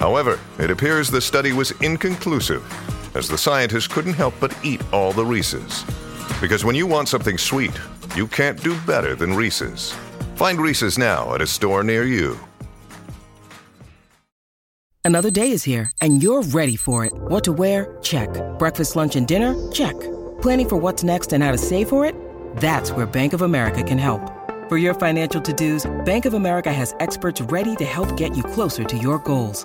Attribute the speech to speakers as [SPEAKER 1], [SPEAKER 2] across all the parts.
[SPEAKER 1] However, it appears the study was inconclusive, as the scientists couldn't help but eat all the Reese's. Because when you want something sweet, you can't do better than Reese's. Find Reese's now at a store near you.
[SPEAKER 2] Another day is here, and you're ready for it. What to wear? Check. Breakfast, lunch, and dinner? Check. Planning for what's next and how to save for it? That's where Bank of America can help. For your financial to-dos, Bank of America has experts ready to help get you closer to your goals.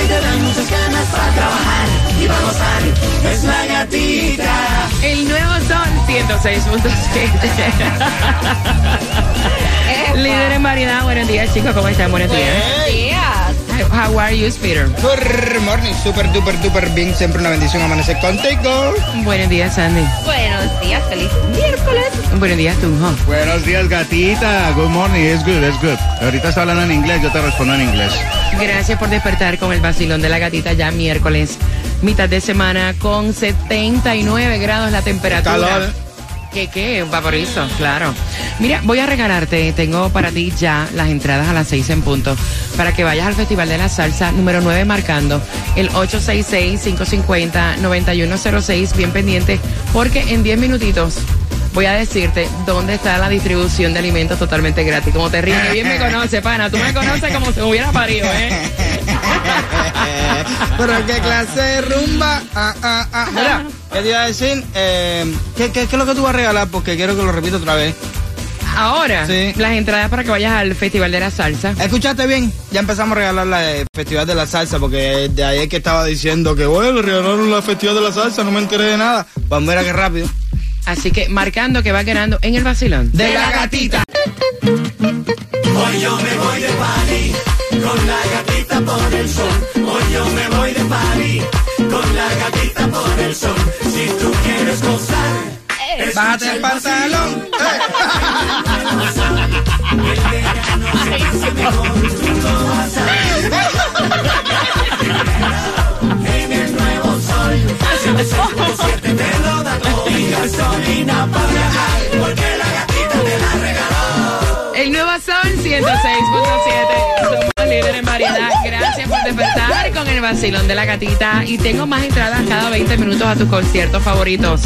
[SPEAKER 3] y te dan muchas ganas para trabajar y para gozar. Es la gatita.
[SPEAKER 4] El nuevo son 106.7. Líder en variedad, buenos días chicos, ¿cómo están? Buenos días. How are you, Peter?
[SPEAKER 5] Good morning, super duper duper bien, siempre una bendición amanecer contigo.
[SPEAKER 4] Buenos días, Sandy.
[SPEAKER 6] Buenos días, feliz miércoles.
[SPEAKER 4] Buenos días, Tunjo.
[SPEAKER 7] Buenos días, gatita. Good morning. It's good, it's good. Ahorita está hablando en inglés, yo te respondo en inglés.
[SPEAKER 4] Gracias por despertar con el vacilón de la gatita ya miércoles, mitad de semana, con 79 grados la temperatura.
[SPEAKER 5] Calor.
[SPEAKER 4] ¿Qué, qué? Un vaporizo, claro. Mira, voy a regalarte, tengo para ti ya las entradas a las 6 en punto, para que vayas al Festival de la Salsa número 9 marcando el 866-550-9106, bien pendiente, porque en 10 minutitos... Voy a decirte dónde está la distribución de alimentos totalmente gratis. Como te ríes, que bien me conoce, pana. Tú me conoces como si me hubiera parido, ¿eh?
[SPEAKER 5] Pero qué clase de rumba. Ah, ah, ah. Mira, ¿qué te iba a decir? Eh, ¿qué, qué, qué es lo que tú vas a regalar? Porque quiero que lo repita otra vez.
[SPEAKER 4] Ahora,
[SPEAKER 5] Sí.
[SPEAKER 4] las entradas para que vayas al Festival de la Salsa.
[SPEAKER 5] ¿Escuchaste bien? Ya empezamos a regalar la eh, Festival de la Salsa, porque eh, de ayer que estaba diciendo que, bueno, regalaron la Festival de la Salsa, no me enteré de nada. Vamos a ver qué rápido.
[SPEAKER 4] Así que marcando que va ganando en el vacilón.
[SPEAKER 5] De la gatita.
[SPEAKER 3] Hoy yo me voy de party con la gatita por el sol. Hoy yo me voy de party con la gatita por el sol. Si tú quieres gozar,
[SPEAKER 5] Bájate el pantalón. Eh.
[SPEAKER 3] el verano se pasa mejor. Tú lo vas a ver. En el nuevo sol, 106.7 te lo da todo. Y gasolina para viajar, porque la gatita te la regaló.
[SPEAKER 4] El nuevo Sol 106.7. Somos líderes en variedad. Gracias por despertar con el vacilón de la gatita. Y tengo más entradas cada 20 minutos a tus conciertos favoritos.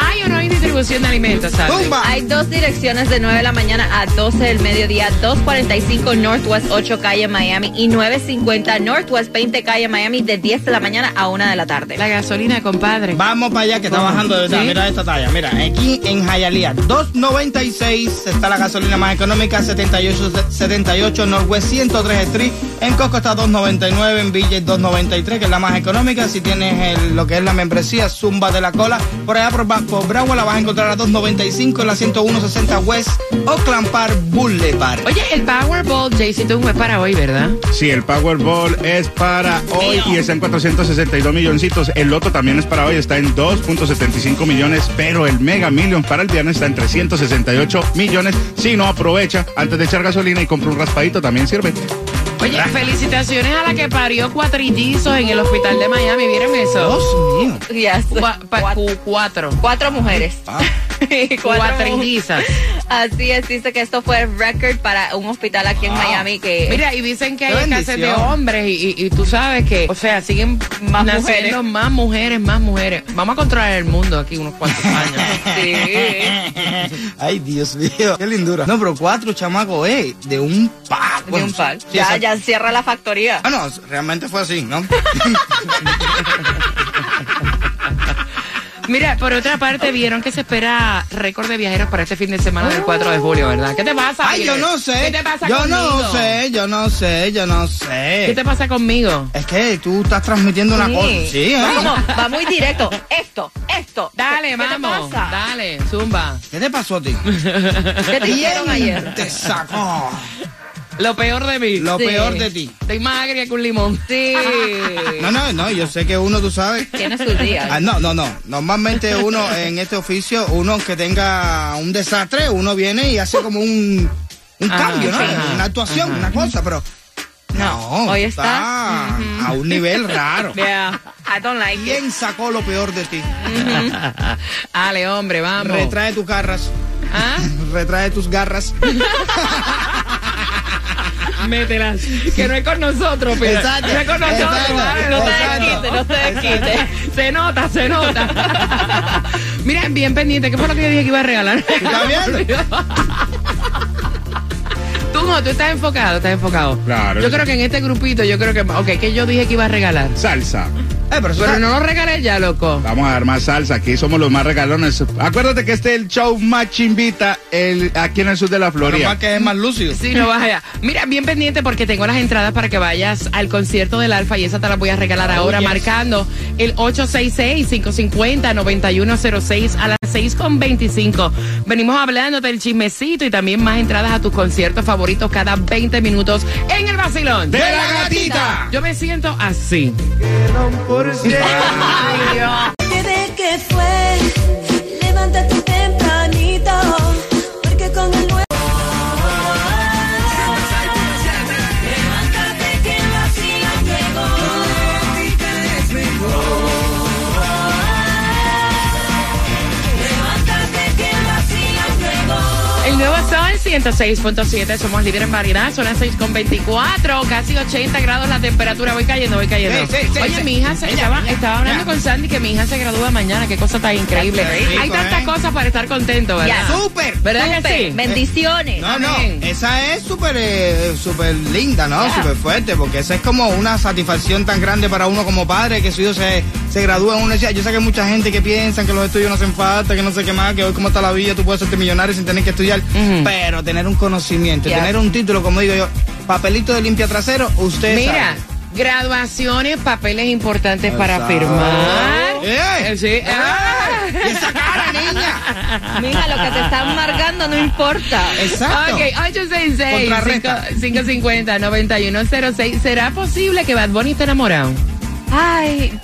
[SPEAKER 4] ¿Hay o no hay distribución de alimentos, Sandy?
[SPEAKER 5] Eh, ¡Tumba!
[SPEAKER 6] Hay dos direcciones de 9 de la mañana a 12 del mediodía, 245 Northwest 8 calle Miami y 950 Northwest 20 calle Miami de 10 de la mañana a 1 de la tarde.
[SPEAKER 4] La gasolina, compadre.
[SPEAKER 5] Vamos para allá que está bajando de verdad.
[SPEAKER 4] ¿Sí?
[SPEAKER 5] Mira esta talla. Mira, aquí en Hialeah, 2.96 está la gasolina más económica, 78, 78 Northwest 103 Street. En Costco está 2.99, en Villa 2.93, que es la más económica. Si tienes el- lo que es la membresía, Zumba de la Cola. Por allá por, Ba- por Bravo la vas a encontrar a 2.95 en la 101.60 West Oakland Park Boulevard.
[SPEAKER 4] Oye, el Powerball, JC Tungo, es para hoy, ¿verdad?
[SPEAKER 7] Sí, el Powerball es para hoy y está en 462 milloncitos. El Loto también es para hoy, está en 2.75 millones, pero el Mega Million para el viernes está en 368 millones. Si no aprovecha, antes de echar gasolina y compra un raspadito, también sirve.
[SPEAKER 4] Oye, felicitaciones a la que parió cuatritizos en el hospital de Miami. ¿Vieron eso?
[SPEAKER 5] Dios mío.
[SPEAKER 6] Yes.
[SPEAKER 4] Cua- pa-
[SPEAKER 6] Cuatro,
[SPEAKER 4] cu- cuatro.
[SPEAKER 6] cuatro mujeres.
[SPEAKER 5] Ah.
[SPEAKER 6] Cuatro mu-
[SPEAKER 4] Cuatritizas.
[SPEAKER 6] Así es, dice que esto fue récord para un hospital aquí
[SPEAKER 5] Ah.
[SPEAKER 6] en Miami que
[SPEAKER 4] Mira, y dicen que hay
[SPEAKER 5] Qué
[SPEAKER 4] escasez de
[SPEAKER 5] bendición.
[SPEAKER 4] hombres y, y- y tú sabes que, o sea, siguen
[SPEAKER 6] Más
[SPEAKER 4] naciendo
[SPEAKER 6] mujeres.
[SPEAKER 4] más mujeres, más mujeres. Vamos a controlar el mundo aquí unos cuantos años.
[SPEAKER 6] Sí.
[SPEAKER 5] Ay, Dios mío. Qué lindura. No, pero cuatro chamacos, eh, de un par.
[SPEAKER 6] de
[SPEAKER 5] Bueno,
[SPEAKER 6] un par.
[SPEAKER 5] sí,
[SPEAKER 6] Ya,
[SPEAKER 5] exacto.
[SPEAKER 6] ya cierra la factoría.
[SPEAKER 5] Ah, no, realmente fue así, ¿no?
[SPEAKER 4] Mira, por otra parte, vieron que se espera récord de viajeros para este fin de semana del 4 de julio, ¿verdad? ¿Qué te pasa?
[SPEAKER 5] Ay, yo
[SPEAKER 4] Miguel?
[SPEAKER 5] no sé.
[SPEAKER 4] ¿Qué te pasa
[SPEAKER 5] Yo
[SPEAKER 4] conmigo?
[SPEAKER 5] no sé, yo no sé, yo no sé.
[SPEAKER 4] ¿Qué te pasa conmigo?
[SPEAKER 5] Es que tú estás transmitiendo una
[SPEAKER 6] Sí.
[SPEAKER 5] cosa. Sí, ¿eh?
[SPEAKER 6] Vamos, va muy directo. Esto, esto.
[SPEAKER 4] Dale,
[SPEAKER 6] ¿Qué
[SPEAKER 4] vamos.
[SPEAKER 6] te pasa?
[SPEAKER 4] Dale, zumba.
[SPEAKER 5] ¿Qué te pasó a ti?
[SPEAKER 6] ¿Qué te hicieron ayer?
[SPEAKER 5] Te sacó
[SPEAKER 4] Lo peor de mí.
[SPEAKER 5] lo
[SPEAKER 6] Sí.
[SPEAKER 5] peor de ti.
[SPEAKER 4] Estoy más agria que un limón.
[SPEAKER 6] Sí.
[SPEAKER 5] No, no, no, yo sé que uno, tú sabes.
[SPEAKER 6] Tiene sus
[SPEAKER 5] Ah,
[SPEAKER 6] días.
[SPEAKER 5] no, no, no. Normalmente uno en este oficio, uno aunque tenga un desastre, uno viene y hace como un, un
[SPEAKER 4] Ajá,
[SPEAKER 5] cambio, ¿no?
[SPEAKER 4] ajá,
[SPEAKER 5] una actuación, una cosa, pero.
[SPEAKER 6] No, hoy está-
[SPEAKER 5] a un nivel raro.
[SPEAKER 6] Yeah. I don't like it.
[SPEAKER 5] ¿Quién sacó lo peor de ti?
[SPEAKER 4] Dale, hombre, vamos.
[SPEAKER 5] Retrae tus garras.
[SPEAKER 4] ¿Ah?
[SPEAKER 5] Retrae tus garras.
[SPEAKER 4] Mételas. Que no es con nosotros, pero.
[SPEAKER 5] Exacto,
[SPEAKER 4] No es con nosotros.
[SPEAKER 5] exacto,
[SPEAKER 4] dale,
[SPEAKER 6] No
[SPEAKER 4] no te
[SPEAKER 6] te
[SPEAKER 5] Exacto.
[SPEAKER 6] desquites, no te desquites.
[SPEAKER 4] Se nota, se nota. Mira, bien pendiente, ¿qué fue lo que yo dije que iba a regalar?
[SPEAKER 5] ¿Tú estás viendo?
[SPEAKER 4] Tú no, tú estás enfocado, estás enfocado.
[SPEAKER 7] Claro,
[SPEAKER 4] Yo
[SPEAKER 7] sí.
[SPEAKER 4] creo que en este grupito, yo creo que. Ok, que yo dije que iba a regalar.
[SPEAKER 7] Salsa.
[SPEAKER 5] Eh, pero eso
[SPEAKER 4] Pero
[SPEAKER 5] está-
[SPEAKER 4] no lo regalé ya, loco.
[SPEAKER 7] Vamos a dar más salsa. Aquí somos los más regalones. Acuérdate que este es el show más chimbita el, aquí en el sur de la
[SPEAKER 5] Pero
[SPEAKER 7] Florida.
[SPEAKER 5] más que es más lúcido.
[SPEAKER 4] Sí, no vaya. Mira, bien pendiente porque tengo las entradas para que vayas al concierto del Alfa y esa te la voy a regalar ahora marcando el 866-550-9106 a las 6.25. Venimos hablando del chismecito y también más entradas a tus conciertos favoritos cada 20 minutos en el vacilón.
[SPEAKER 7] ¡De la gatita!
[SPEAKER 4] Yo me siento así.
[SPEAKER 8] Desde que fue, levántate tempranito, porque con el nuevo. Levántate que el vacilón llegó. Levántate que el vacilón llegó.
[SPEAKER 4] El nuevo sol 106.7, somos líderes en variedad, son las 6.24, casi 80 grados la temperatura, voy cayendo, voy cayendo.
[SPEAKER 5] Sí, sí, sí,
[SPEAKER 4] Oye,
[SPEAKER 5] sí.
[SPEAKER 4] mi hija, se-
[SPEAKER 5] Ella,
[SPEAKER 4] estaba,
[SPEAKER 5] ella,
[SPEAKER 4] estaba hablando
[SPEAKER 5] ya.
[SPEAKER 4] con Sandy que mi hija se gradúa mañana, qué cosa tan increíble.
[SPEAKER 5] Qué rico,
[SPEAKER 4] Hay tantas
[SPEAKER 5] ¿eh?
[SPEAKER 4] cosas para estar contento, ¿verdad?
[SPEAKER 6] Ya.
[SPEAKER 5] ¡Súper!
[SPEAKER 4] ¿Verdad que sí?
[SPEAKER 6] Bendiciones.
[SPEAKER 5] No, no,
[SPEAKER 4] Amén.
[SPEAKER 5] esa es súper eh, súper linda, ¿no?
[SPEAKER 6] Yeah.
[SPEAKER 5] Súper fuerte, porque esa es como una satisfacción tan grande para uno como padre que su hijo se, se gradúa en una universidad. Yo sé que hay mucha gente que piensa que los estudios no hacen falta, que no sé qué más, que hoy como está la vida tú puedes hacerte millonario sin tener que estudiar, pero tener un conocimiento,
[SPEAKER 6] Yeah.
[SPEAKER 5] tener un título, como digo yo, papelito de limpia trasero, usted
[SPEAKER 4] Mira,
[SPEAKER 5] sabe.
[SPEAKER 4] graduaciones, papeles importantes para
[SPEAKER 7] Ah.
[SPEAKER 5] Exacto.
[SPEAKER 4] firmar.
[SPEAKER 5] ¡Eh!
[SPEAKER 4] Eh, Sí. Ah.
[SPEAKER 5] ¡Y esa cara, niña!
[SPEAKER 6] Mira, lo que te están marcando no importa.
[SPEAKER 5] ¡Exacto!
[SPEAKER 4] Ok, 866-550-9106. ¿Será posible que Bad Bunny esté enamorado?
[SPEAKER 6] Ay,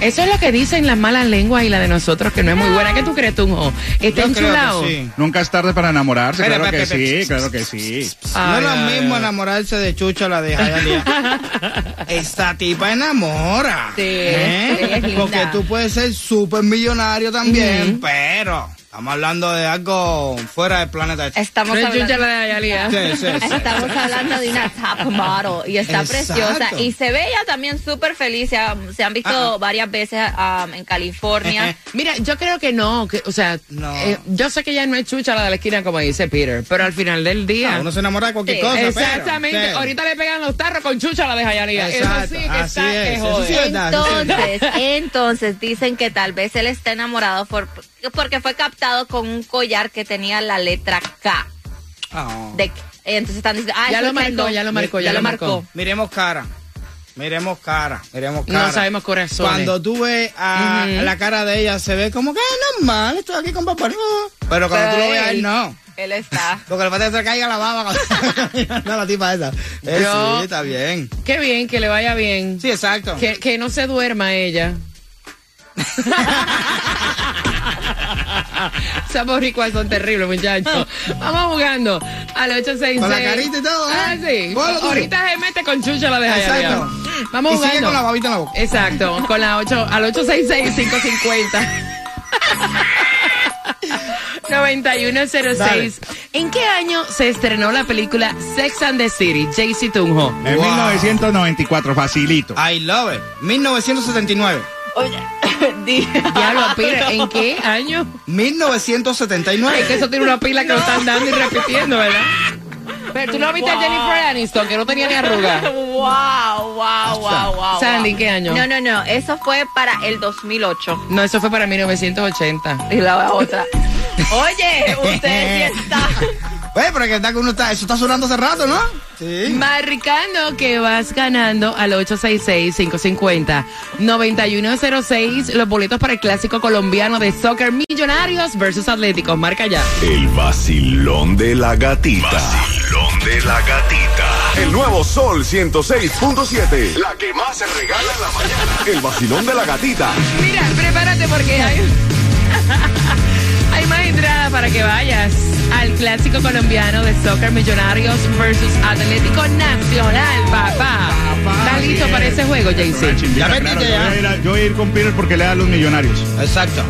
[SPEAKER 4] Eso es lo que dicen las malas lenguas y la de nosotros, que no es muy buena. ¿Qué tú crees, Tunjo? ¿Está
[SPEAKER 5] Ah. Yo creo que
[SPEAKER 4] enchulado?
[SPEAKER 5] sí.
[SPEAKER 7] Nunca es tarde para enamorarse.
[SPEAKER 5] Espera,
[SPEAKER 7] claro que
[SPEAKER 5] espera, espera.
[SPEAKER 7] sí, claro que sí.
[SPEAKER 5] no
[SPEAKER 4] Ay,
[SPEAKER 5] es lo
[SPEAKER 4] ay,
[SPEAKER 5] mismo enamorarse de Chucha la de Jayalía. Esta tipa enamora.
[SPEAKER 6] Sí, ella es
[SPEAKER 5] ¿eh?
[SPEAKER 6] linda.
[SPEAKER 5] Porque tú puedes ser súper millonario también, pero estamos hablando de algo fuera del planeta.
[SPEAKER 4] No
[SPEAKER 6] estamos
[SPEAKER 4] es chucha
[SPEAKER 6] hablando.
[SPEAKER 4] la de Ayalía.
[SPEAKER 5] Sí, sí, sí.
[SPEAKER 6] Estamos hablando de una top model y está
[SPEAKER 5] Exacto.
[SPEAKER 6] preciosa y se ve ella también súper feliz. Se, ha- se han visto
[SPEAKER 5] Ah,
[SPEAKER 6] varias veces um, en California.
[SPEAKER 4] Mira, yo creo que no, que, o sea,
[SPEAKER 5] No.
[SPEAKER 4] eh, yo sé que ya no es chucha la de la esquina como dice Peter, pero al final del día...
[SPEAKER 5] Ah, Uno se enamora de cualquier
[SPEAKER 6] Sí,
[SPEAKER 5] cosa. pero-
[SPEAKER 4] Exactamente,
[SPEAKER 5] sí.
[SPEAKER 4] ahorita le pegan los tarros con chucha la de Ayalía. Eso
[SPEAKER 5] Exacto,
[SPEAKER 4] sí que
[SPEAKER 5] así
[SPEAKER 4] está
[SPEAKER 5] es,
[SPEAKER 4] que
[SPEAKER 5] eso
[SPEAKER 4] jode.
[SPEAKER 5] sí es verdad, eso sí es verdad.
[SPEAKER 6] Entonces, entonces dicen que tal vez él está enamorado por, porque fue captado con un collar que tenía la letra K.
[SPEAKER 5] Ah.
[SPEAKER 6] De, entonces están diciendo, ah,
[SPEAKER 4] Ya
[SPEAKER 6] eso
[SPEAKER 4] lo
[SPEAKER 6] es
[SPEAKER 4] marcó,
[SPEAKER 6] algo-
[SPEAKER 4] ya lo marcó, ya lo marcó.
[SPEAKER 5] Miremos cara. Miremos cara, miremos
[SPEAKER 4] No
[SPEAKER 5] cara.
[SPEAKER 4] sabemos corazones.
[SPEAKER 5] Cuando tú ves a
[SPEAKER 4] Ujú.
[SPEAKER 5] la cara de ella, se ve como que es normal, estoy aquí con papá. no. Pero cuando tú lo ves a él, no.
[SPEAKER 6] Él está.
[SPEAKER 5] Lo que le falta es que se caiga la baba. cuando- no, la tipa esa. Eh,
[SPEAKER 4] Yo-
[SPEAKER 5] Sí, está bien.
[SPEAKER 4] Qué bien, que le vaya bien.
[SPEAKER 5] Sí, exacto.
[SPEAKER 4] Que, que no se duerma ella. Esas boricuas son terribles, muchachos. Vamos jugando al 866.
[SPEAKER 5] Con la carita y todo, ¿eh?
[SPEAKER 4] Ah, sí.
[SPEAKER 5] Vos lo tuyo.
[SPEAKER 4] Ahorita se mete con chucha la deja allá
[SPEAKER 5] Exacto.
[SPEAKER 4] arriba. Vamos
[SPEAKER 5] y
[SPEAKER 4] jugando.
[SPEAKER 5] sigue con la babita en la boca.
[SPEAKER 4] Exacto, con la 8, al 866-550. 9106. ¿En qué año se estrenó la película Sex and the City? JC Tunjo.
[SPEAKER 7] En
[SPEAKER 5] Wow.
[SPEAKER 7] 1994, facilito.
[SPEAKER 5] I love it. 1979.
[SPEAKER 6] Oye, di-
[SPEAKER 4] Diablo, Peter, ¿en qué año? Es
[SPEAKER 5] 1979.
[SPEAKER 4] que eso tiene una pila que lo están dando y repitiendo, ¿verdad?
[SPEAKER 9] Pero tú no viste a Jennifer Aniston, que no tenía ni arruga.
[SPEAKER 6] wow, wow, wow, wow.
[SPEAKER 9] Sandy, ¿qué año?
[SPEAKER 6] No, no, no. Eso fue para el 2008.
[SPEAKER 9] No, eso fue para 1980.
[SPEAKER 6] Y la otra. Oye, usted sí está.
[SPEAKER 5] Oye, pero que está que uno está. Eso está sonando hace rato, ¿no? Sí.
[SPEAKER 9] Marcando que vas ganando al 866-550-9106 los boletos para el clásico colombiano de soccer Millonarios versus Atléticos. Marca ya.
[SPEAKER 1] El vacilón de la gatita. Vacilón de la gatita. El nuevo Sol 106.7. La que más se regala en la mañana. El vacilón de la gatita.
[SPEAKER 9] Mira, prepárate porque hay, hay más entradas para que vayas al clásico colombiano de soccer Millonarios versus Atlético Nacional, papá. ¿Estás listo para ese juego,
[SPEAKER 7] Una
[SPEAKER 9] JC?
[SPEAKER 5] Ya
[SPEAKER 7] chimbita,
[SPEAKER 5] metiste,
[SPEAKER 7] claro, yo,
[SPEAKER 5] ya.
[SPEAKER 7] voy a ir a- yo voy a ir con Peter porque le da a los millonarios.
[SPEAKER 5] Exacto.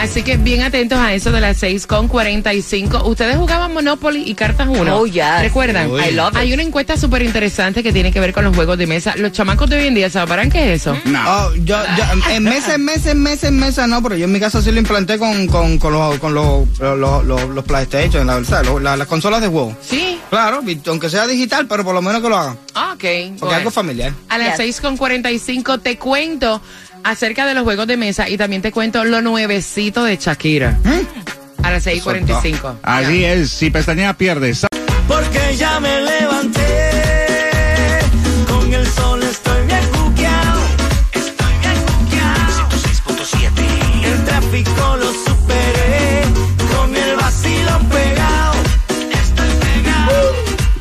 [SPEAKER 9] Así que bien atentos a eso de las 6 con 45. Ustedes jugaban Monopoly y Cartas 1.
[SPEAKER 6] Oh, yes.
[SPEAKER 9] ¿Recuerdan?
[SPEAKER 5] Uy. I
[SPEAKER 6] love it.
[SPEAKER 9] Hay una encuesta súper interesante que tiene que ver con los juegos de mesa. Los chamacos de hoy en día, ¿sabrán qué es eso?
[SPEAKER 7] No.
[SPEAKER 5] Oh, yo, yo, en meses, meses, meses, meses no, pero yo en mi caso sí lo implanté con, con, con los, con los, los, los, los PlayStation, la verdad, los- la- las consolas de juego.
[SPEAKER 9] Sí.
[SPEAKER 5] Claro, y aunque sea digital, pero por lo menos que lo hagan.
[SPEAKER 9] Ah, Ok.
[SPEAKER 5] Porque
[SPEAKER 9] bueno.
[SPEAKER 5] es algo familiar.
[SPEAKER 9] A las
[SPEAKER 6] Yes.
[SPEAKER 9] 6.45 te cuento acerca de los juegos de mesa y también te cuento lo nuevecito de Shakira. A las 6.45.
[SPEAKER 7] Así es, si pestañea pierdes.
[SPEAKER 8] Porque ya me levanté. Con el sol estoy bien cuqueado. Estoy bien cuqueado. 106.7. El tráfico lo superé. Con el vacilón pegado. Estoy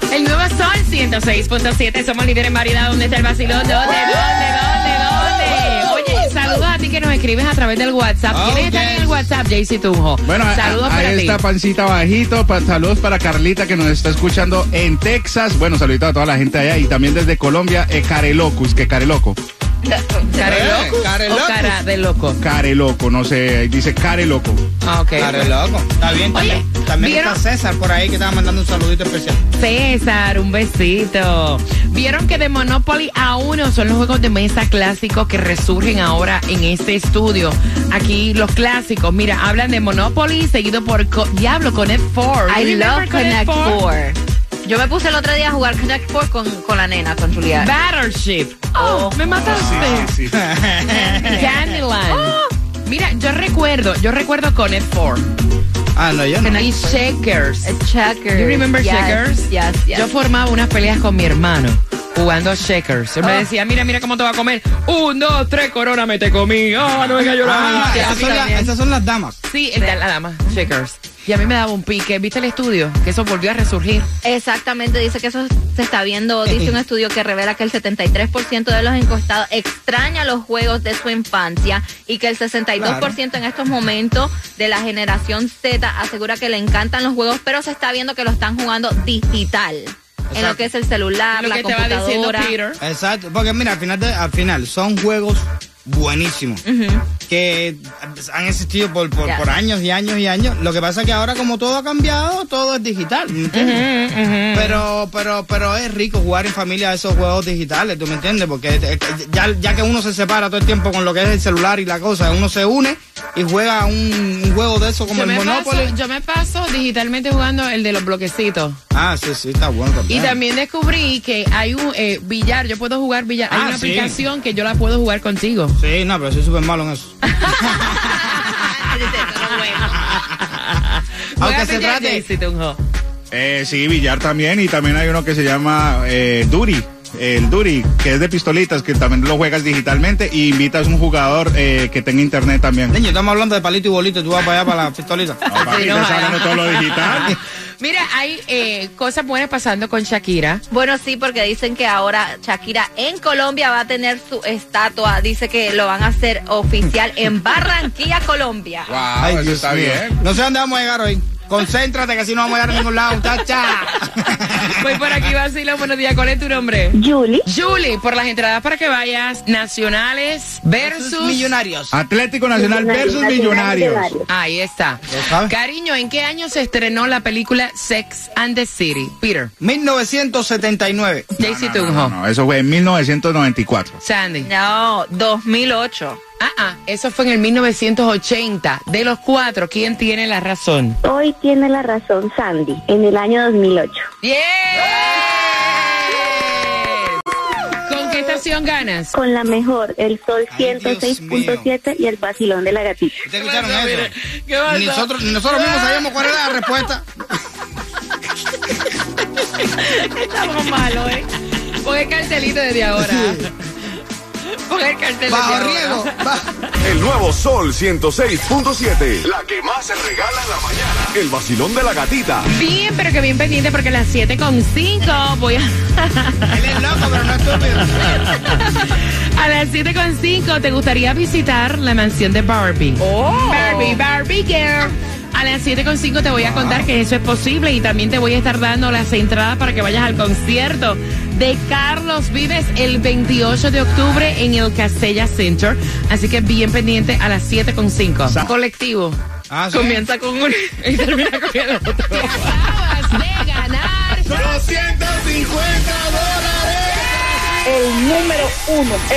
[SPEAKER 8] pegado.
[SPEAKER 9] El nuevo Sol 106.7. Somos líderes en variedad. ¿Dónde está el vacilón? ¿Dónde? ¿Dónde? ¿Dónde? ¿Dónde? Oye, saludos a ti que nos escribes a través del WhatsApp. ¿Quiénes
[SPEAKER 5] Oh,
[SPEAKER 9] están en
[SPEAKER 5] yes.
[SPEAKER 9] el WhatsApp, JC Tunjo?
[SPEAKER 7] Ah, Bueno, a-
[SPEAKER 9] saludos
[SPEAKER 7] a-
[SPEAKER 9] para
[SPEAKER 7] ahí
[SPEAKER 9] ti.
[SPEAKER 7] está Pancita Bajito. pa- saludos para Carlita que nos está escuchando en Texas. Bueno, saluditos a toda la gente allá y también desde Colombia, eh, Carelocus, que Careloco.
[SPEAKER 9] ¿Care loco?
[SPEAKER 5] Eh, care
[SPEAKER 9] o
[SPEAKER 5] loco.
[SPEAKER 9] cara de loco?
[SPEAKER 7] Careloco, no sé, dice Careloco.
[SPEAKER 9] Ah, ok.
[SPEAKER 5] Claro, loco. Está bien,
[SPEAKER 9] Oye,
[SPEAKER 5] también, también está
[SPEAKER 9] ¿vieron?
[SPEAKER 5] César por ahí que estaba mandando un saludito especial.
[SPEAKER 9] César, un besito. Vieron que de Monopoly a uno son los juegos de mesa clásicos que resurgen ahora en este estudio. Aquí los clásicos, mira, hablan de Monopoly seguido por Co- Diablo Connect 4.
[SPEAKER 6] I
[SPEAKER 9] Remember
[SPEAKER 6] love Connect
[SPEAKER 9] Four?
[SPEAKER 6] 4. Yo me puse el otro día a jugar Connect 4 con, con la nena, con Julián.
[SPEAKER 9] Battleship. Oh, me mataste.
[SPEAKER 7] Sí, sí, sí.
[SPEAKER 9] Candyland.
[SPEAKER 6] Oh.
[SPEAKER 9] Mira, yo recuerdo, yo recuerdo Connect 4
[SPEAKER 5] Ah, no, yo no.
[SPEAKER 9] y Shakers.
[SPEAKER 6] Checkers.
[SPEAKER 9] You remember
[SPEAKER 6] Yes,
[SPEAKER 9] Checkers?
[SPEAKER 6] Yes, yes.
[SPEAKER 9] Yo formaba unas peleas con mi hermano jugando checkers. Él me
[SPEAKER 7] Ah.
[SPEAKER 9] decía, mira, mira cómo te va a comer. Un, dos, tres, corona me te comí. Oh, no venga llorando.
[SPEAKER 5] Ah,
[SPEAKER 9] Sí, a
[SPEAKER 5] esas
[SPEAKER 9] mí
[SPEAKER 5] son, las-
[SPEAKER 9] también.
[SPEAKER 5] esas son las damas.
[SPEAKER 9] Sí, el de la dama, checkers. Y a mí me daba un pique. ¿Viste el estudio? Que eso volvió a resurgir.
[SPEAKER 6] Exactamente, dice que eso se está viendo, dice un estudio que revela que el 73% de los encuestados extraña los juegos de su infancia y que el 62% en estos momentos de la generación Z asegura que le encantan los juegos, pero se está viendo que lo están jugando digital, en lo
[SPEAKER 5] Exacto.
[SPEAKER 6] que es el celular,
[SPEAKER 9] Lo
[SPEAKER 6] la
[SPEAKER 9] que te va diciendo Peter.
[SPEAKER 6] computadora.
[SPEAKER 5] Exacto, porque mira, al final, de- al final son juegos buenísimos que han existido por, por,
[SPEAKER 6] Ya.
[SPEAKER 5] por años y años y años. Lo que pasa es que ahora como todo ha cambiado, todo es digital. ¿me entiendes? Pero pero pero es rico jugar en familia esos juegos digitales, ¿tú me entiendes? Porque te- te- ya, ya que uno se separa todo el tiempo con lo que es el celular y la cosa, uno se une y juega un, un juego de eso como
[SPEAKER 9] Yo
[SPEAKER 5] el
[SPEAKER 9] me,
[SPEAKER 5] Monopoly.
[SPEAKER 9] paso, yo me paso digitalmente jugando el de los bloquecitos.
[SPEAKER 5] Ah, sí, sí, está bueno
[SPEAKER 9] Y
[SPEAKER 5] también.
[SPEAKER 9] también descubrí que hay un eh, billar, yo puedo jugar billar. hay
[SPEAKER 5] Ah,
[SPEAKER 9] una
[SPEAKER 5] sí.
[SPEAKER 9] aplicación que yo la puedo jugar contigo.
[SPEAKER 5] Sí, no, pero soy súper malo en eso. Aunque
[SPEAKER 9] Juega
[SPEAKER 5] se
[SPEAKER 9] billar,
[SPEAKER 5] trate-
[SPEAKER 9] Jaycee Tunjo.
[SPEAKER 7] Eh, sí, Villar también. Y también hay uno que se llama eh, Duri. El Duri, que es de pistolitas, que también lo juegas digitalmente y invitas a un jugador eh, que tenga internet también.
[SPEAKER 5] Niño, estamos hablando de palito y bolito, tú vas para allá para la pistolita.
[SPEAKER 7] No, papi,
[SPEAKER 9] Sí, no,
[SPEAKER 7] te
[SPEAKER 9] ojalá.
[SPEAKER 7] salen de todo lo digital.
[SPEAKER 9] Mira, hay eh, cosas buenas pasando con Shakira.
[SPEAKER 6] Bueno, sí, porque dicen que ahora Shakira en Colombia va a tener su estatua. Dice que lo van a hacer oficial en Barranquilla, Colombia.
[SPEAKER 7] Wow,
[SPEAKER 5] Ay,
[SPEAKER 7] eso
[SPEAKER 5] Dios
[SPEAKER 7] está
[SPEAKER 5] mío.
[SPEAKER 7] bien.
[SPEAKER 5] No sé dónde vamos a llegar hoy. Concéntrate que si no vamos a llegar a ningún lado, muchacha.
[SPEAKER 9] Voy por aquí, Basilio. Buenos días. ¿Cuál es tu nombre?
[SPEAKER 10] Julie.
[SPEAKER 9] Julie, por las entradas para que vayas, nacionales versus...
[SPEAKER 5] Millonarios.
[SPEAKER 7] Atlético Nacional versus Millonarios.
[SPEAKER 9] Ahí está.
[SPEAKER 5] Ya sabes.
[SPEAKER 9] Cariño, ¿en qué año se estrenó la película Sex and the City? Peter,
[SPEAKER 5] 1979.
[SPEAKER 9] Jaycee
[SPEAKER 7] No,
[SPEAKER 9] Tunjo,
[SPEAKER 7] no, no, eso fue en 1994.
[SPEAKER 9] Sandy.
[SPEAKER 6] No, 2008.
[SPEAKER 9] Ah, ah, eso fue en el 1980. De los cuatro, ¿quién tiene la razón?
[SPEAKER 8] Hoy tiene la razón Sandy, en el año 2008.
[SPEAKER 9] ¡Bien! ¿Con qué estación ganas?
[SPEAKER 8] Con la mejor, el sol
[SPEAKER 5] Ay, Dios
[SPEAKER 8] 106.7 y el vacilón de la gatita.
[SPEAKER 5] ¿Te escucharon
[SPEAKER 9] pasó,
[SPEAKER 5] eso?
[SPEAKER 9] mira? ¿Qué pasó?
[SPEAKER 5] Ni nosotros, ni nosotros mismos sabíamos cuál era la respuesta.
[SPEAKER 9] Estamos malos, ¿eh? Pon el cartelito desde ahora. Pon el cartelito.
[SPEAKER 5] Bajo riego. ba-
[SPEAKER 11] El nuevo Sol 106.7. La que más se regala en la mañana. El vacilón de la gatita.
[SPEAKER 9] Bien, pero que bien pendiente porque a las 7.5 voy a...
[SPEAKER 5] Él es loco, pero no estúpido.
[SPEAKER 9] A las 7.5 te gustaría visitar la mansión de Barbie. Barbie, Barbie Girl. A las 7.5 te voy a contar que eso es posible y también te voy a estar dando las entradas para que vayas al concierto de Carlos Vives el 28 de octubre en el Castella Center. Así que bien pendiente a las 7.5. Colectivo.
[SPEAKER 5] Ah, sí.
[SPEAKER 9] Comienza con uno y termina con el otro. Acabas de ganar.
[SPEAKER 8] El número uno,